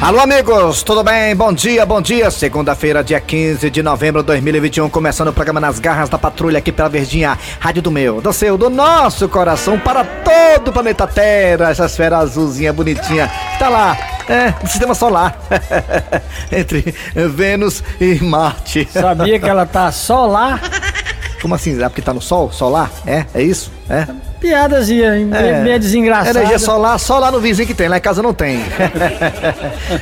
Alô, amigos, tudo bem? Bom dia, bom dia. Segunda-feira, dia 15 de novembro de 2021, começando o programa Nas Garras da Patrulha aqui pela Verdinha, rádio do meu, do seu, do nosso coração, para todo o planeta Terra. Essa esfera azulzinha bonitinha tá lá, é, do sistema solar, entre Vênus e Marte. Sabia que ela tá só lá? Como assim? Ah, porque tá no sol? Solar? É? É isso? É? Piadazinha, é. meio desengraçada. Energia solar só lá no vizinho que tem, lá em casa não tem.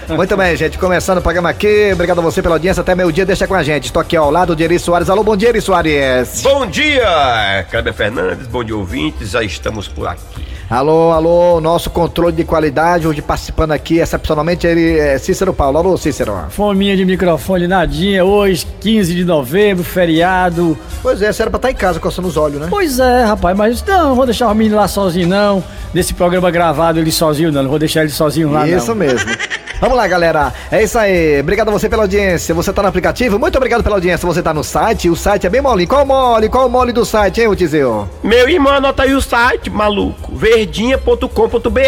Muito bem, gente. Começando o programa aqui. Obrigado a você pela audiência. Até meio-dia, deixa com a gente. Estou aqui ao lado de Eri Soares. Alô, bom dia, Eri Soares. Bom dia, Kleber Fernandes. Bom dia, ouvintes. Já estamos por aqui. Alô, alô, nosso controle de qualidade, hoje participando aqui, excepcionalmente, ele é Cícero Paulo. Alô, Cícero. Fominha de microfone nadinha, hoje, 15 de novembro, feriado. Pois é, você era pra estar em casa coçando os olhos, né? Pois é, rapaz, mas não, não vou deixar o menino lá sozinho, não. Nesse programa gravado, ele sozinho, não. Não vou deixar ele sozinho lá, não. Isso mesmo. Vamos lá, galera. É isso aí. Obrigado a você pela audiência. Você tá no aplicativo? Muito obrigado pela audiência. Você tá no site? O site é bem mole. Qual o mole? Qual o mole do site, hein, Utizeu? Meu irmão, anota aí o site, maluco. verdinha.com.br.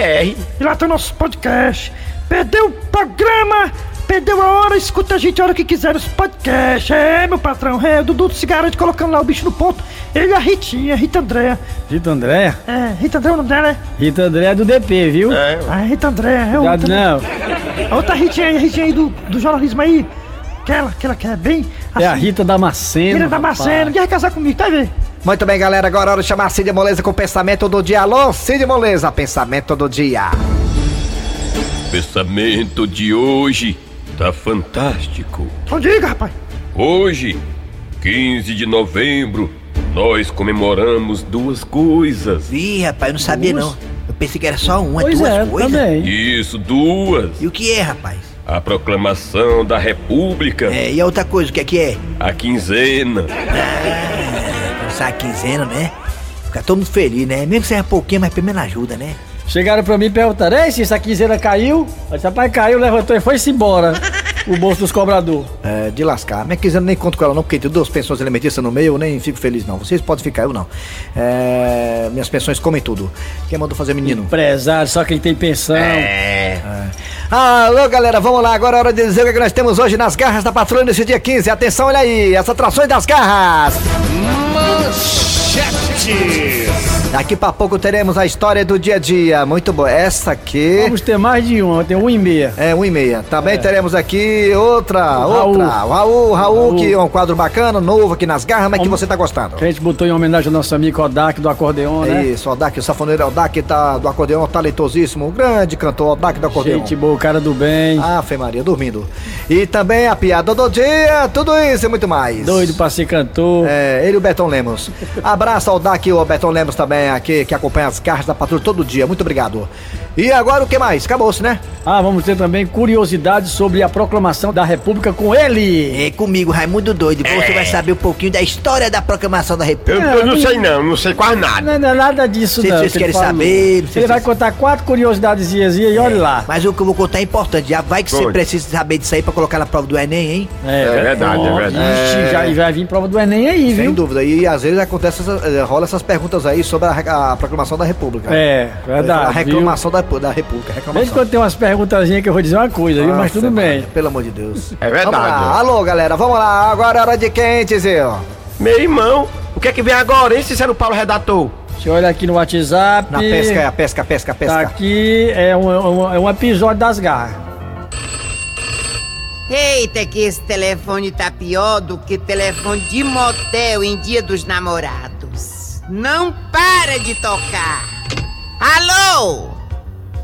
E lá tem o nosso podcast. Perdeu o programa, perdeu a hora, escuta a gente a hora que quiser os podcasts. É, meu patrão, é, o Dudu se garante colocando lá o bicho no ponto. Ele e a Ritinha, Rita Andréa. Rita Andréa? É, Rita Andréa é o nome dela, né? Rita Andréa é do DP, viu? É, Ah, Rita Andréa, é Cuidado, outra. não. A outra Ritinha aí, a Ritinha aí do, do jornalismo aí. Aquela, aquela que é bem. É a Rita Damasceno. Filha da rapaz. Marcena, quer casar comigo, tá vendo? Muito bem, galera. Agora é hora de chamar Cid Moleza com o pensamento do dia. Alô, Cid Moleza, pensamento do dia. Pensamento de hoje tá fantástico. Então diga, rapaz. Hoje, 15 de novembro, nós comemoramos duas coisas. Ih, rapaz, eu não sabia não. Eu pensei que era só uma, Pois duas é, coisas. também. Isso, duas. E o que é, rapaz? A proclamação da República, É, e a outra coisa, o que é que é? a quinzena. Começar a quinzena, né? Ficar todo mundo feliz, né? Mesmo que seja pouquinho, mas pelo menos ajuda, né? Chegaram pra mim e perguntaram: Ei, se essa quinzena caiu? Eu disse, rapaz, caiu, levantou e foi-se embora. O bolso dos cobrador. É, de lascar. Minha quiser nem conto com ela, não, porque tem duas pensões alimentícias no meio, eu nem fico feliz, não. Vocês podem ficar, eu não. É, minhas pensões comem tudo. Quem mandou fazer menino? Empresário, só quem tem pensão. É. Alô, galera, vamos lá. Agora é hora de dizer o que, é que nós temos hoje nas garras da patrulha nesse dia 15. Atenção, olha aí, as atrações das garras. Daqui pra pouco teremos a história do dia a dia. Muito boa. Essa aqui. Vamos ter mais de uma, tem um e meia. É, um e meia. Também teremos aqui outra, O Raul. outra. Raul. Raul, Raul, Raul. que é um quadro bacana, novo aqui nas garras, mas que você tá gostando. Que a gente botou em homenagem ao nosso amigo Kodak do acordeon, É né? isso, o Aldac, o safoneiro Aldac tá, do acordeão, talentosíssimo, um grande cantor, Aldac do acordeão. Gente boa, cara do bem. Ah, Fê Maria, dormindo. E também a piada do dia, tudo isso e muito mais. Doido pra ser cantor. É, ele e o Betão Lemos. Abraço ao Dac e ao Betão Lemos também aqui, que acompanha as cartas da patrulha todo dia. Muito obrigado. E agora o que mais? Acabou-se, né? Ah, vamos ter também curiosidades sobre a proclamação da República com ele. É comigo, Raimundo Doido. Você vai saber um pouquinho da história da proclamação da República. Eu, eu não sei não, não sei quase nada. Não, não é nada disso, Sei se não. vocês que ele querem falou. saber, não sei Ele se vai vocês- contar quatro curiosidadezinhas e olha lá. Mas o que eu vou contar é importante. Já vai que você Conte. precisa saber disso aí pra colocar na prova do Enem, hein? É verdade, é verdade. Ixi, já, e vai vir prova do Enem aí, Sem viu? dúvida. E às vezes acontece, essa- eh, rola essas perguntas aí sobre a, re- a proclamação da República. É, verdade. A Reclamação. reclamação da, da República. Mesmo Reclamação. quando tem umas perguntazinhas que eu vou dizer uma coisa, viu? Mas Nossa, tudo bem. mano, Pelo amor de Deus. É verdade, Vamos lá. ó. Alô, galera, vamos lá. Agora é hora de quem, Tizio? Meu irmão, o que é que vem agora, hein, Cícero Paulo Redator? Deixa eu olhar aqui no WhatsApp. Na pesca, é a pesca, pesca, pesca. Tá aqui, é um, é um- é um episódio das garras. Eita, que esse telefone tá pior do que telefone de motel em dia dos namorados. Não para de tocar. Alô?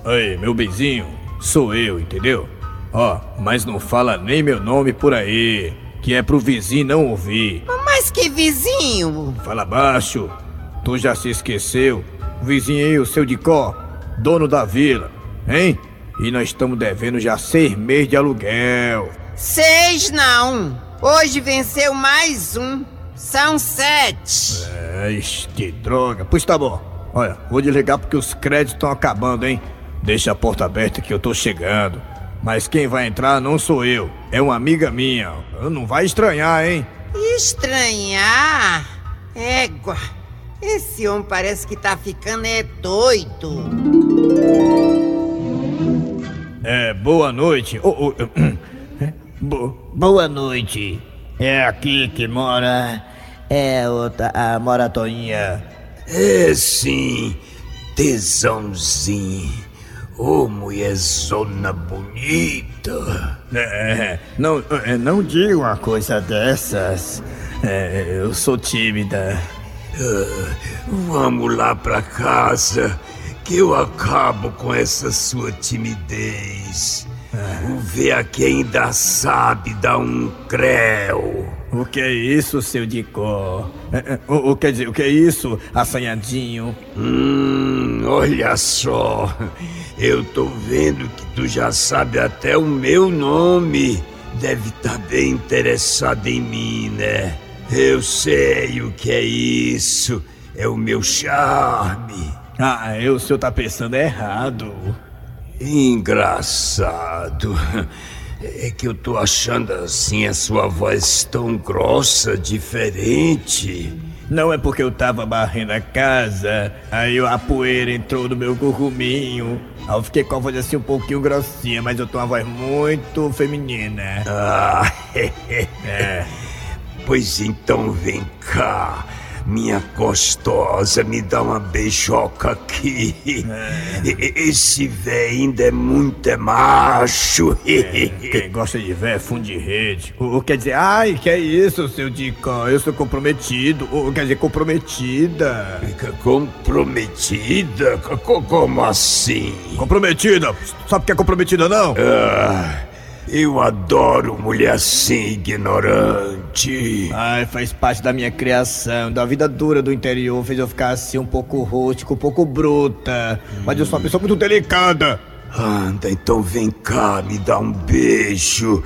Aí, meu benzinho, sou eu, entendeu? Ó, mas não fala nem meu nome por aí, que é pro vizinho não ouvir. Mas que vizinho. Fala baixo, tu já se esqueceu? O vizinho aí, o seu de có, dono da vila, hein? E nós estamos devendo já seis meses de aluguel. Seis não. Hoje venceu mais um. São sete. É, ixi, que droga. Pois tá bom. Olha, vou desligar porque os créditos estão acabando, hein? Deixa a porta aberta que eu tô chegando. Mas quem vai entrar não sou eu, é uma amiga minha. Não vai estranhar, hein? Estranhar. Égua. Esse homem parece que tá ficando é doido. É, boa noite. Ô, ô, é, bo- boa noite. É aqui que mora. É, o, ta- a, mora a Toninha. É sim, tesãozinho. Ô mulherzona bonita. É, não, é, não diga uma coisa dessas. É, eu sou tímida. Vamos lá pra casa que eu acabo com essa sua timidez. O ver que ainda sabe dar um creu. O que é isso, seu Dicó? É, é, o, o- quer dizer, o que é isso, assanhadinho? Hum, olha só. Eu tô vendo que tu já sabe até o meu nome. Deve estar bem interessado em mim, né? Eu sei o que é isso. É o meu charme. Ah, eu, o senhor tá pensando errado. Engraçado. É que eu tô achando assim a sua voz tão grossa, diferente. Não é porque eu tava barrendo a casa, aí a poeira entrou no meu curruminho. Aí eu fiquei com a voz assim um pouquinho grossinha, mas eu tô uma voz muito feminina. Ah, pois então vem cá, minha gostosa, me dá uma beijoca aqui. E- e- Esse véi ainda é muito é macho. Quem gosta de ver é fundo de rede. O, o quer dizer, ai, que é isso, seu Dicó? Eu sou comprometido. O, quer dizer, comprometida. Fica comprometida? Co- co- Como assim? Comprometida! Sabe o que é comprometida, não? Ah, Eu adoro mulher assim, ignorante. Ai, faz parte da minha criação, da vida dura do interior, fez eu ficar assim um pouco rústico, um pouco bruta. Mas eu sou uma pessoa muito delicada. Anda, então vem cá, me dá um beijo.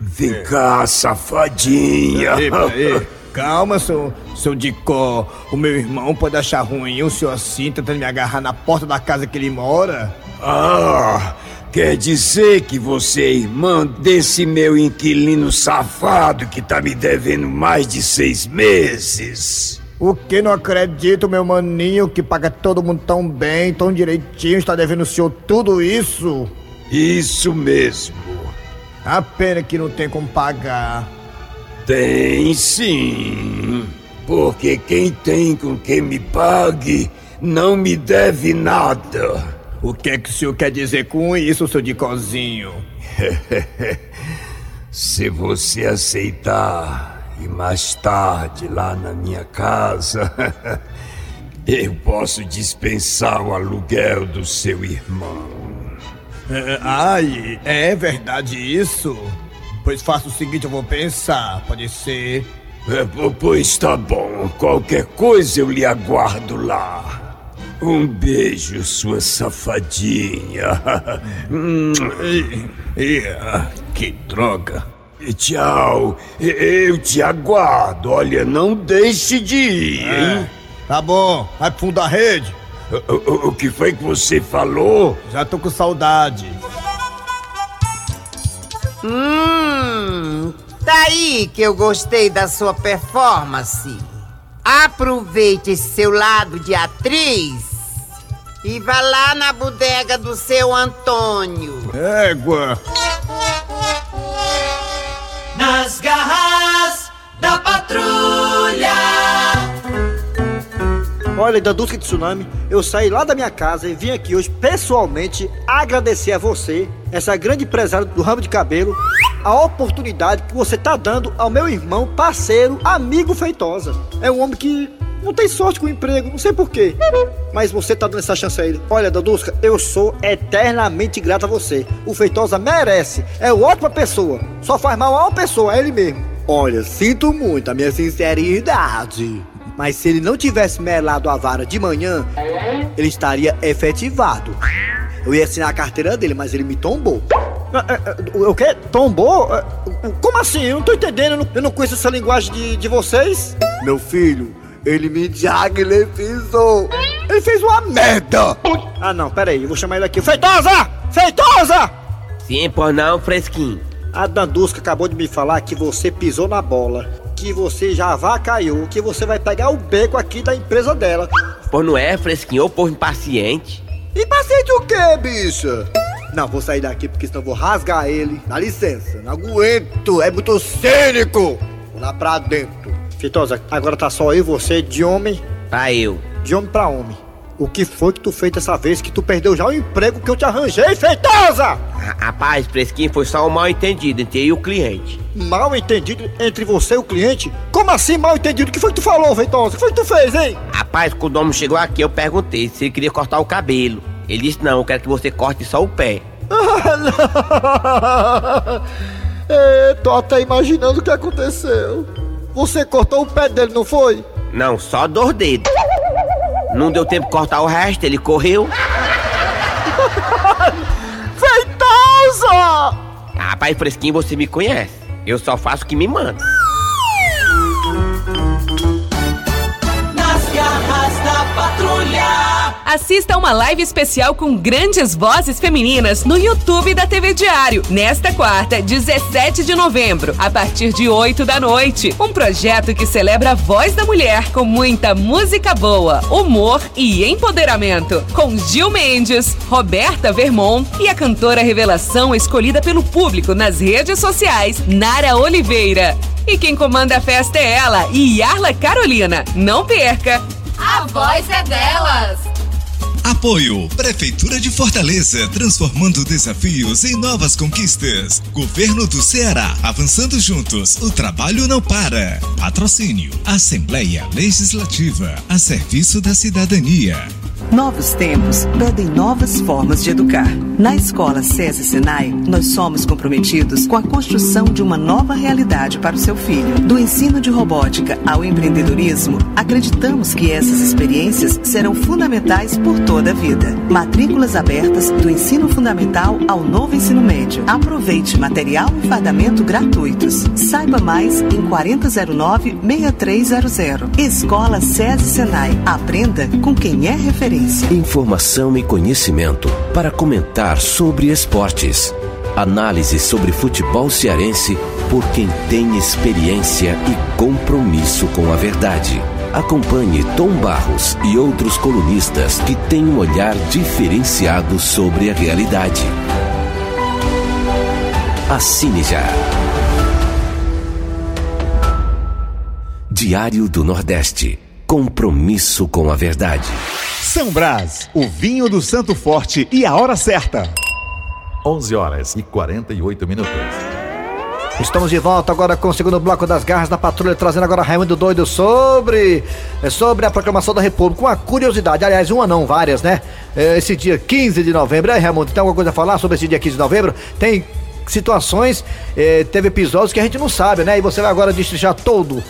Vem cá, safadinha. Ei, peraí. Calma, seu, seu Dicó. O meu irmão pode achar ruim o senhor assim, tentando me agarrar na porta da casa que ele mora. Ah, quer dizer que você é irmã desse meu inquilino safado que tá me devendo mais de seis meses? O que não acredito, meu maninho, que paga todo mundo tão bem, tão direitinho, está devendo o senhor tudo isso? Isso mesmo. A pena que não tem como pagar. Tem sim. Porque quem tem com quem me pague não me deve nada. O que é que o senhor quer dizer com isso, seu Dicózinho? Se você aceitar e mais tarde lá na minha casa, eu posso dispensar o aluguel do seu irmão. É, ai, é verdade isso? Pois faça o seguinte, eu vou pensar, pode ser. É, po- pois tá bom, qualquer coisa eu lhe aguardo lá. Um beijo, sua safadinha. Hum, e- e, ah, que droga. E Tchau, E- eu te aguardo. Olha, não deixe de ir, hein? Tá bom, vai pro fundo da rede. O, o- o que foi que você falou? Já tô com saudade. Hum, tá aí que eu gostei da sua performance. Aproveite esse seu lado de atriz e vá lá na bodega do seu Antônio. Égua. Nas garras da patrulha. Olha, Dandusca Tsunami, eu saí lá da minha casa e vim aqui hoje pessoalmente agradecer a você, essa grande empresária do ramo de cabelo, a oportunidade que você tá dando ao meu irmão, parceiro, amigo Feitosa. É um homem que não tem sorte com emprego, não sei porquê. Mas você tá dando essa chance a ele. Olha, Dandusca, eu sou eternamente grato a você. O Feitosa merece, é uma ótima pessoa. Só faz mal a uma pessoa, é ele mesmo. Olha, sinto muito a minha sinceridade. Mas se ele não tivesse melado a vara de manhã, ele estaria efetivado. Eu ia assinar a carteira dele, mas ele me tombou. Ah, é, O quê? Tombou? Como assim? Eu não tô entendendo. Eu não, eu não conheço essa linguagem de, de vocês. Meu filho, ele me diagnosticou. Ele fez uma merda. Ah, não, peraí. Eu vou chamar ele aqui. Feitosa! Feitosa! Sim, por não, fresquinho. A Dandusca acabou de me falar que você pisou na bola. Que você já avacaiou. Que você vai pegar o beco aqui da empresa dela. Por não é, fresquinho, ou por impaciente. E paciente o quê, bicha? Não, vou sair daqui porque senão eu vou rasgar ele. Dá licença, não aguento, é muito cênico. Vou lá pra dentro. Fitosa, agora tá só eu e você de homem. Pra eu. De homem pra homem. O que foi que tu fez dessa vez que tu perdeu já o emprego que eu te arranjei, Feitosa? Rapaz, Fresquinho, foi só um mal entendido entre eu e o cliente. Mal entendido entre você e o cliente? Como assim mal entendido? O que foi que tu falou, Feitosa? O que foi que tu fez, hein? Rapaz, quando o homem chegou aqui, eu perguntei se ele queria cortar o cabelo. Ele disse, não, eu quero que você corte só o pé. Ah, é, tô até imaginando o que aconteceu. Você cortou o pé dele, não foi? Não, só dois dedos. Não deu tempo de cortar o resto, ele correu. Feitosa! Rapaz, Fresquinho, você me conhece. Eu só faço o que me manda. Nas garras da patrulha. Assista a uma live especial com grandes vozes femininas no YouTube da TV Diário, nesta quarta, 17 de novembro, a partir de 8 da noite. Um projeto que celebra a voz da mulher com muita música boa, humor e empoderamento. Com Gil Mendes, Roberta Vermon e a cantora revelação escolhida pelo público nas redes sociais, Nara Oliveira. E quem comanda a festa é ela, Yarla Carolina. Não perca! A voz é delas. Apoio Prefeitura de Fortaleza, transformando desafios em novas conquistas. Governo do Ceará, avançando juntos, o trabalho não para. Patrocínio Assembleia Legislativa, a serviço da cidadania. Novos tempos pedem novas formas de educar. Na escola SESI Senai, nós somos comprometidos com a construção de uma nova realidade para o seu filho. Do ensino de robótica ao empreendedorismo, acreditamos que essas experiências serão fundamentais por toda a vida. Matrículas abertas do ensino fundamental ao novo ensino médio. Aproveite material e fardamento gratuitos. Saiba mais em 4009-6300. Escola SESI Senai. Aprenda com quem é referência. Informação e conhecimento para comentar sobre esportes. Análise sobre futebol cearense por quem tem experiência e compromisso com a verdade. Acompanhe Tom Barros e outros colunistas que têm um olhar diferenciado sobre a realidade. Assine já. Diário do Nordeste. Compromisso com a verdade. São Brás, o vinho do Santo Forte e a hora certa. 11 horas e 48 minutos. Estamos de volta agora com o segundo bloco das garras da patrulha, trazendo agora Raimundo Doido sobre eh, sobre a proclamação da República. Uma curiosidade, aliás, uma não, várias, né? Esse dia 15 de novembro. Aí, Raimundo, tem alguma coisa a falar sobre esse dia 15 de novembro? Tem situações, eh, teve episódios que a gente não sabe, né? E você vai agora destrinchar todo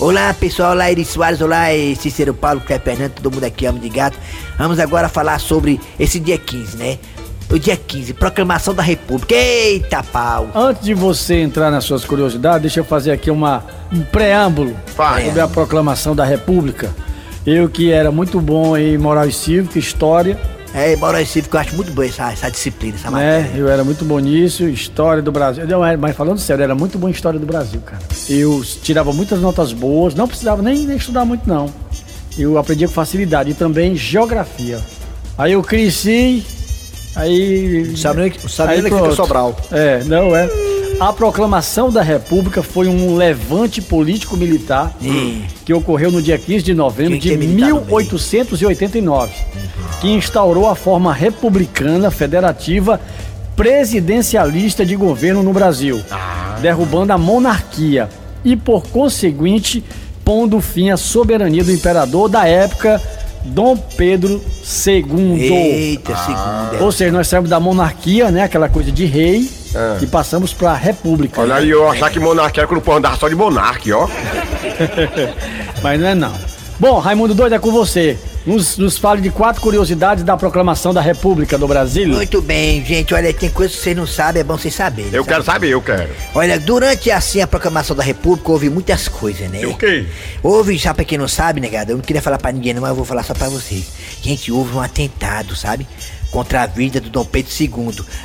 Olá pessoal, olá Eri Soares, olá Cícero Paulo, Cleber Fernando, todo mundo aqui, amo de gato. Vamos agora falar sobre esse dia 15, né? O dia 15, proclamação da República. Eita pau! Antes de você entrar nas suas curiosidades, deixa eu fazer aqui uma, um preâmbulo Vai. sobre a proclamação da República. Eu que era muito bom em moral e cívica, história, É, Moral e Cívico, eu acho muito boa essa, essa disciplina, essa matéria. né? Eu era muito bom nisso, história do Brasil. Não, é, mas falando sério, eu era muito bom em história do Brasil, cara. Eu tirava muitas notas boas, não precisava nem, nem estudar muito, não. Eu aprendia com facilidade e também geografia. Aí eu cresci, aí. Sabe nem- sabe nem que fica pronto. Sobral. É, não é. A proclamação da República foi um levante político-militar que ocorreu no dia 15 de novembro é de 1889, que instaurou a forma republicana federativa presidencialista de governo no Brasil, Ah. derrubando a monarquia e, por conseguinte, pondo fim à soberania do imperador da época, Dom Pedro II. Eita, segunda. Ou seja, nós saímos da monarquia, né? Aquela coisa de rei, É. e passamos pra república. Olha aí, eu achar que monarquia era quando o povo andava só de monarque, ó. Mas não é não. Bom, Raimundo Doido, é com você. Nos, nos fale de quatro curiosidades da proclamação da República do Brasil. Muito bem, gente, olha, tem coisas que vocês não sabem, é bom vocês saberem. Eu quero saber, eu quero. Olha, durante assim a proclamação da República houve muitas coisas, né? O quê? Houve, já pra quem não sabe, negado, eu não queria falar pra ninguém, não, mas eu vou falar só pra vocês. Gente, houve um atentado, sabe? Contra a vida do Dom Pedro II.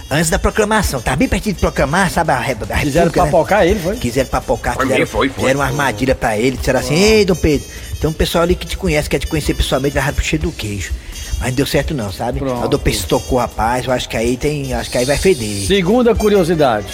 Antes da proclamação, tá bem pertinho de proclamar, sabe? A, re- a Quiseram República, né? papocar ele, foi? Quiseram papocar, Foi fizeram, mesmo, foi, foi. fizeram uma armadilha pra ele, disseram assim, ei, Dom Pedro, tem um pessoal ali que te conhece, quer te conhecer pessoalmente, vai pro cheio do queijo. Mas não deu certo não, sabe? Eu dou penso tocou, rapaz, eu acho que aí tem. Acho que aí vai feder. Segunda curiosidade.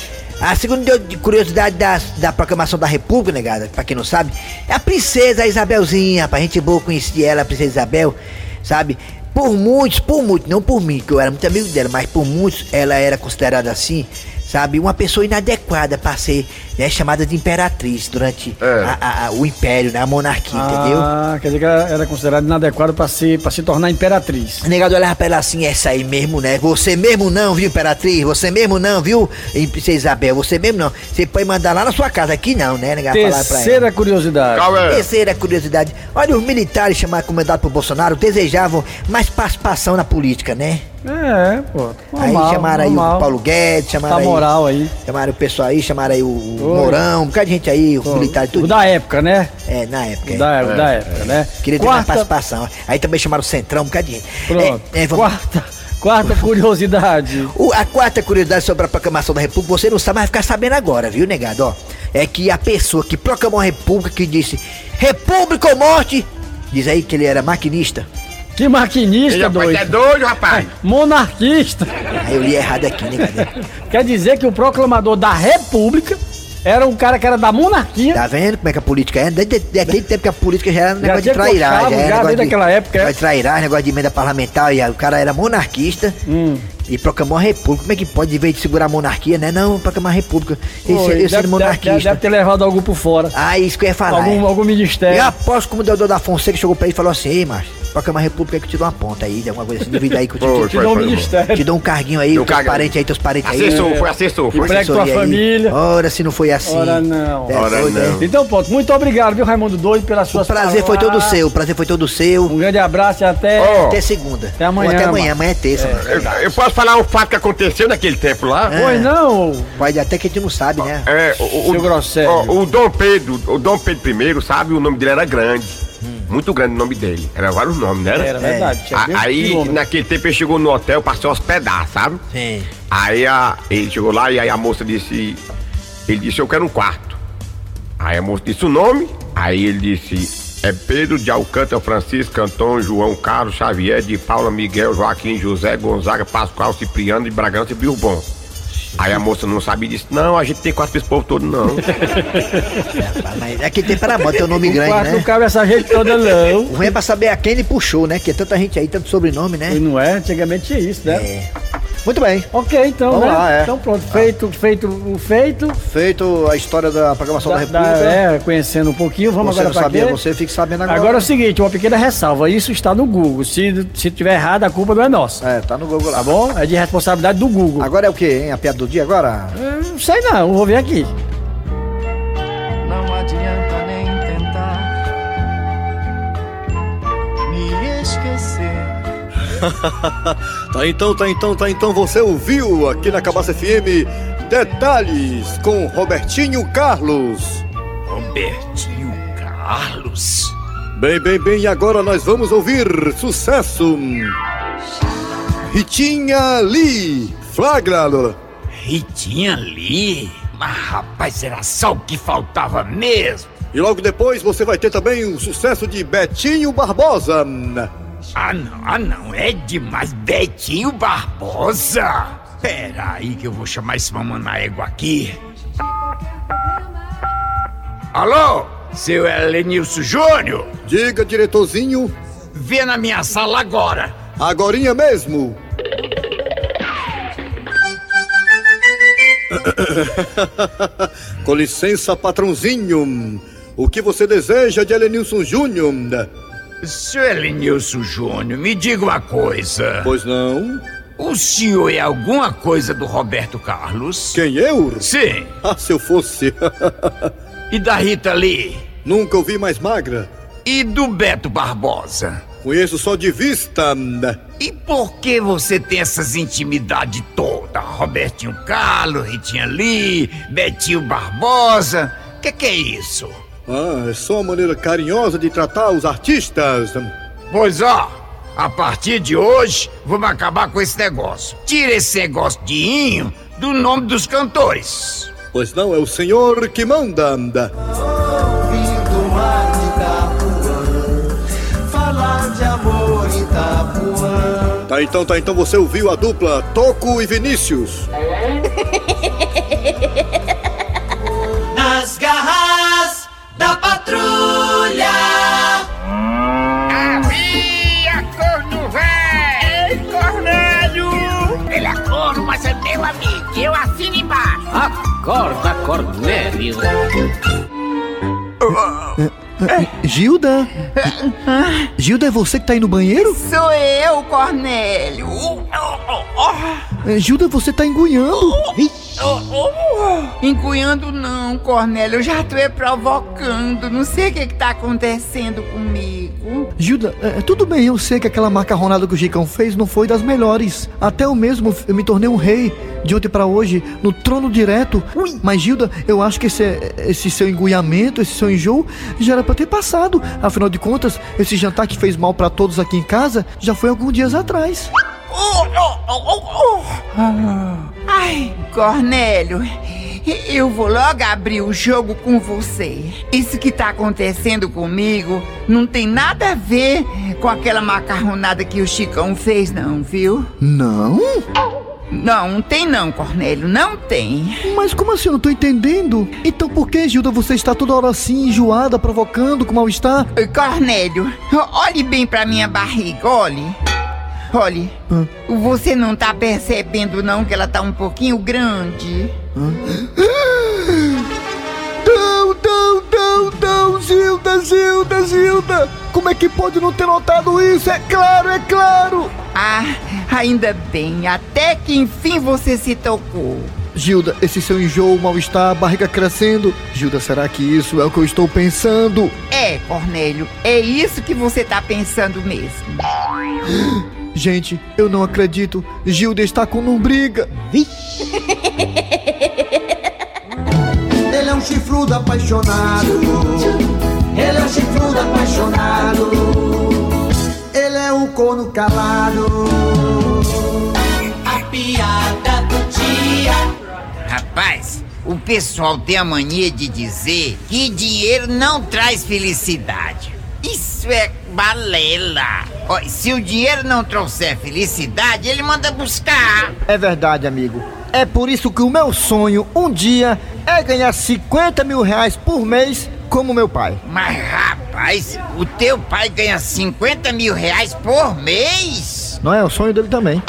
A segunda de- curiosidade da, da proclamação da República, negada, pra quem não sabe, é a princesa Isabelzinha, pra gente boa conhecer ela, a princesa Isabel, sabe? Por muitos, por muitos, não por mim, que eu era muito amigo dela, mas por muitos ela era considerada assim, sabe? Uma pessoa inadequada pra ser né, chamada de imperatriz durante a- a- a- o império, né, a monarquia, entendeu? Ah, quer dizer que ela era considerada inadequada pra se, pra se tornar imperatriz. Negado olhava pra ela assim, essa aí mesmo, né? Você mesmo não, viu, Imperatriz? Você mesmo não, viu, em- Princesa Isabel? Você mesmo não. Você pode mandar lá na sua casa, aqui não, né, negado? Falar pra ela. Terceira Ah, É. curiosidade. é? Terceira curiosidade. Olha, os militares chamados comandado por Bolsonaro desejavam mais participação na política, né? É, pô. aí normal, chamaram aí normal. o Paulo Guedes, chamaram Tá aí. moral aí. Chamaram o pessoal aí, chamaram aí o, o Oi. Mourão, um bocado de gente aí, os militares, tudo. da época, né? É, na época. O da- é. o da época, né? Queria ter mais Quarta- participação. Aí também chamaram o Centrão, um bocado de gente. Pronto. É, é, vamos- Quarta, quarta curiosidade. O- a quarta curiosidade sobre a proclamação da República, você não sabe, mas vai ficar sabendo agora, viu, negado? Ó, é que a pessoa que proclamou a República, que disse República ou morte, diz aí que ele era maquinista. Que maquinista, doido? é doido, rapaz. Monarquista. Aí eu li errado aqui, né, negado. Quer dizer que o proclamador da República era um cara que era da monarquia. Tá vendo como é que a política é? Desde desde aquele tempo que a política já era um Já negócio de tinha trairagem. coxado, era já negócio desde de- aquela época, é. negócio de trairagem, negócio de emenda parlamentar. E aí o cara era monarquista Hum. e proclamou a república. Como é que pode, em vez de segurar a monarquia, né? Não, proclamar a república. Eu, Pô, ser- eu deve- sendo deve- monarquista. Deve, deve ter levado algo por fora. Ah, isso que eu ia falar. Algum- é. algum ministério. E eu aposto como o Deodoro da Fonseca chegou pra ele e falou assim: Ei, macho, proclama a República que eu te dou uma ponta aí, de alguma coisa assim, duvida aí que eu te, Foi, te, foi, dou um foi, ministério. Te dou um carguinho aí, Deu teus cargo. parentes aí, teus parentes aí. Assessor, É. foi assessor, foi. Assessoria Emprego tua aí. família. Ora, se não foi assim. Ora não. É, Ora foi, né? não. Então, pronto. Muito obrigado, viu, Raimundo Doido, pelas suas Prazer foi todo seu, é. prazer foi todo seu. Um grande abraço e até. Ó. Até segunda. Até amanhã. Ou até amanhã, mano. amanhã é terça. mano. Eu, eu posso falar o fato que aconteceu naquele tempo lá? Pois não. Pode até que a gente não sabe, né? É, o, o, É. Seu Grosselio. ó, o Dom Pedro, o Dom Pedro I, sabe, o nome dele era grande. Muito grande o nome dele. Era vários nomes, né? Hum. Era, verdade, tinha A- bem aí, né? quilômetro. naquele tempo, ele chegou no hotel pra se hospedar, sabe? Sim. Aí a, ele chegou lá e aí a moça disse. Ele disse, eu quero um quarto. Aí a moça disse o nome, aí ele disse, é Pedro de Alcântara, Francisco, Antônio, João, Carlos, Xavier, de Paula, Miguel, Joaquim, José, Gonzaga, Pascoal, Cipriano, de Bragança e Bilbon. Aí a moça não sabia e disse, não, a gente tem quatro pra esse povo todo, não. Mas é aqui tem para moto, tem um nome O grande, quarto não né? cabe essa gente toda, não. O ruim é pra saber a quem ele puxou, né? Que é tanta gente aí, tanto sobrenome, né? E não é? Antigamente tinha isso, É. né? Muito bem. Ok, então, Vamos né? lá, é. Então pronto, feito, feito o feito. Feito a história da programação da, Da- da- República. é, conhecendo um pouquinho, vamos você agora não pra sabia, quê? tá você fica sabendo agora. Agora é o seguinte, uma pequena ressalva, isso está no Google. Se, se tiver errado, a culpa não é nossa. É, tá no Google lá. Tá bom? É de responsabilidade do Google. Agora é o quê, hein? A piada do dia agora? Eu Não sei não, vou ver aqui. Não adianta nem tentar me esquecer. tá então, tá então, tá então. Você ouviu aqui na Cabaça FM Detalhes com Robertinho Carlos. Robertinho Carlos. Bem, bem, bem. E agora nós vamos ouvir sucesso. Ritinha Lee. Flagra, Lola. Ritinha Lee? Mas rapaz, era só o que faltava mesmo. E logo depois você vai ter também o sucesso de Betinho Barbosa. Ah não, ah não, é demais Betinho Barbosa. Pera aí que eu vou chamar esse mamanaego aqui. Alô, seu Helenilson Júnior? Diga, diretorzinho. Vê na minha sala agora. Agorinha mesmo. Com licença, patrãozinho. O que você deseja de Helenilson Júnior? Seu Helenilson Júnior, me diga uma coisa. Pois não? O senhor é alguma coisa do Roberto Carlos? Quem eu? Sim. Ah, se eu fosse. E da Rita Lee? Nunca ouvi mais magra. E do Beto Barbosa? Conheço só de vista. E por que você tem essas intimidades toda? Robertinho Carlos, Ritinha Lee, Betinho Barbosa? Que que é isso? Ah, é só uma maneira carinhosa de tratar os artistas. Pois ó, a partir de hoje vamos acabar com esse negócio. Tira esse negócio de inho do nome dos cantores. Pois não, é o senhor que manda. Vindo a Itapuã, falar de amor por Itapuã. Tá então, tá então, você ouviu a dupla Toco e Vinícius. Nas garras da patrulha. Havia corno velho! Ei, Cornélio! Ele é corno, mas é meu amigo. Eu assino embaixo. Acorda, Cornélio. Gilda? Gilda, é você que tá aí no banheiro? Sou eu, Cornélio. Eh, Gilda, você tá engunhando. Engunhando não, Cornélio. Eu já tô é provocando. Não sei o que que tá acontecendo comigo. Gilda, eh, tudo bem, eu sei que aquela macarronada que o Chicão fez não foi das melhores. Até eu mesmo eu me tornei um rei de ontem pra hoje, no trono direto. Mas, Gilda, eu acho que esse, esse seu engunhamento, esse seu enjoo, já era pra ter passado. Afinal de contas, esse jantar que fez mal pra todos um aqui em casa já foi alguns dias atrás. Ai, Cornélio, eu vou logo abrir o jogo com você. Isso que tá acontecendo comigo não tem nada a ver com aquela macarronada que o Chicão fez, não, viu? Não? Não, não tem não, Cornélio, não tem. Mas como assim? Eu não tô entendendo. Então por que, Gilda, você está toda hora assim, enjoada, provocando, com mal-estar? Ei, Cornélio, olhe bem pra minha barriga, olhe. Olhe, você não tá percebendo não que ela tá um pouquinho grande? Não, não, não, não, Gilda, Gilda, Gilda! Como é que pode não ter notado isso? É claro, é claro! Ah, ainda bem, até que enfim você se tocou. Gilda, esse seu enjoo, mal-estar, barriga crescendo. Gilda, será que isso é o que eu estou pensando? É, Cornélio, é isso que você tá pensando mesmo. Gente, eu não acredito. Gilda está com lombriga. Ele é um chifrudo apaixonado. Ele é um chifrudo apaixonado. Ele é um corno calado. A piada do dia. Rapaz, o pessoal tem a mania de dizer que dinheiro não traz felicidade. Isso é balela. Ó, se o dinheiro não trouxer felicidade, ele manda buscar. É verdade, amigo. É por isso que o meu sonho um dia é ganhar 50 mil reais por mês como meu pai. Mas rapaz, o teu pai ganha 50 mil reais por mês? Não é o sonho dele também.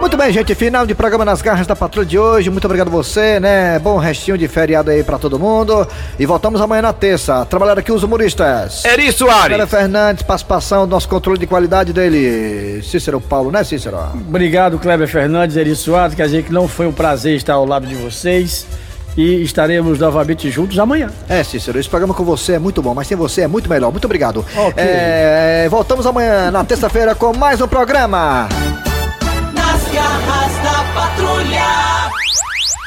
Muito bem, gente, final de programa nas garras da patrulha de hoje. Muito obrigado você, né? Bom restinho de feriado aí pra todo mundo. E voltamos amanhã na terça. Trabalhar aqui os humoristas. Eri Soares. Vera Fernandes, participação do nosso controle de qualidade dele. Cícero Paulo, né, Cícero? Obrigado, Kleber Fernandes, Eri Soares. Quer dizer que não foi um prazer estar ao lado de vocês. E estaremos novamente juntos amanhã. É, Cícero, esse programa com você é muito bom, mas sem você é muito melhor. Muito obrigado. É, voltamos amanhã, na terça-feira, com mais um programa. Nas garras da patrulha.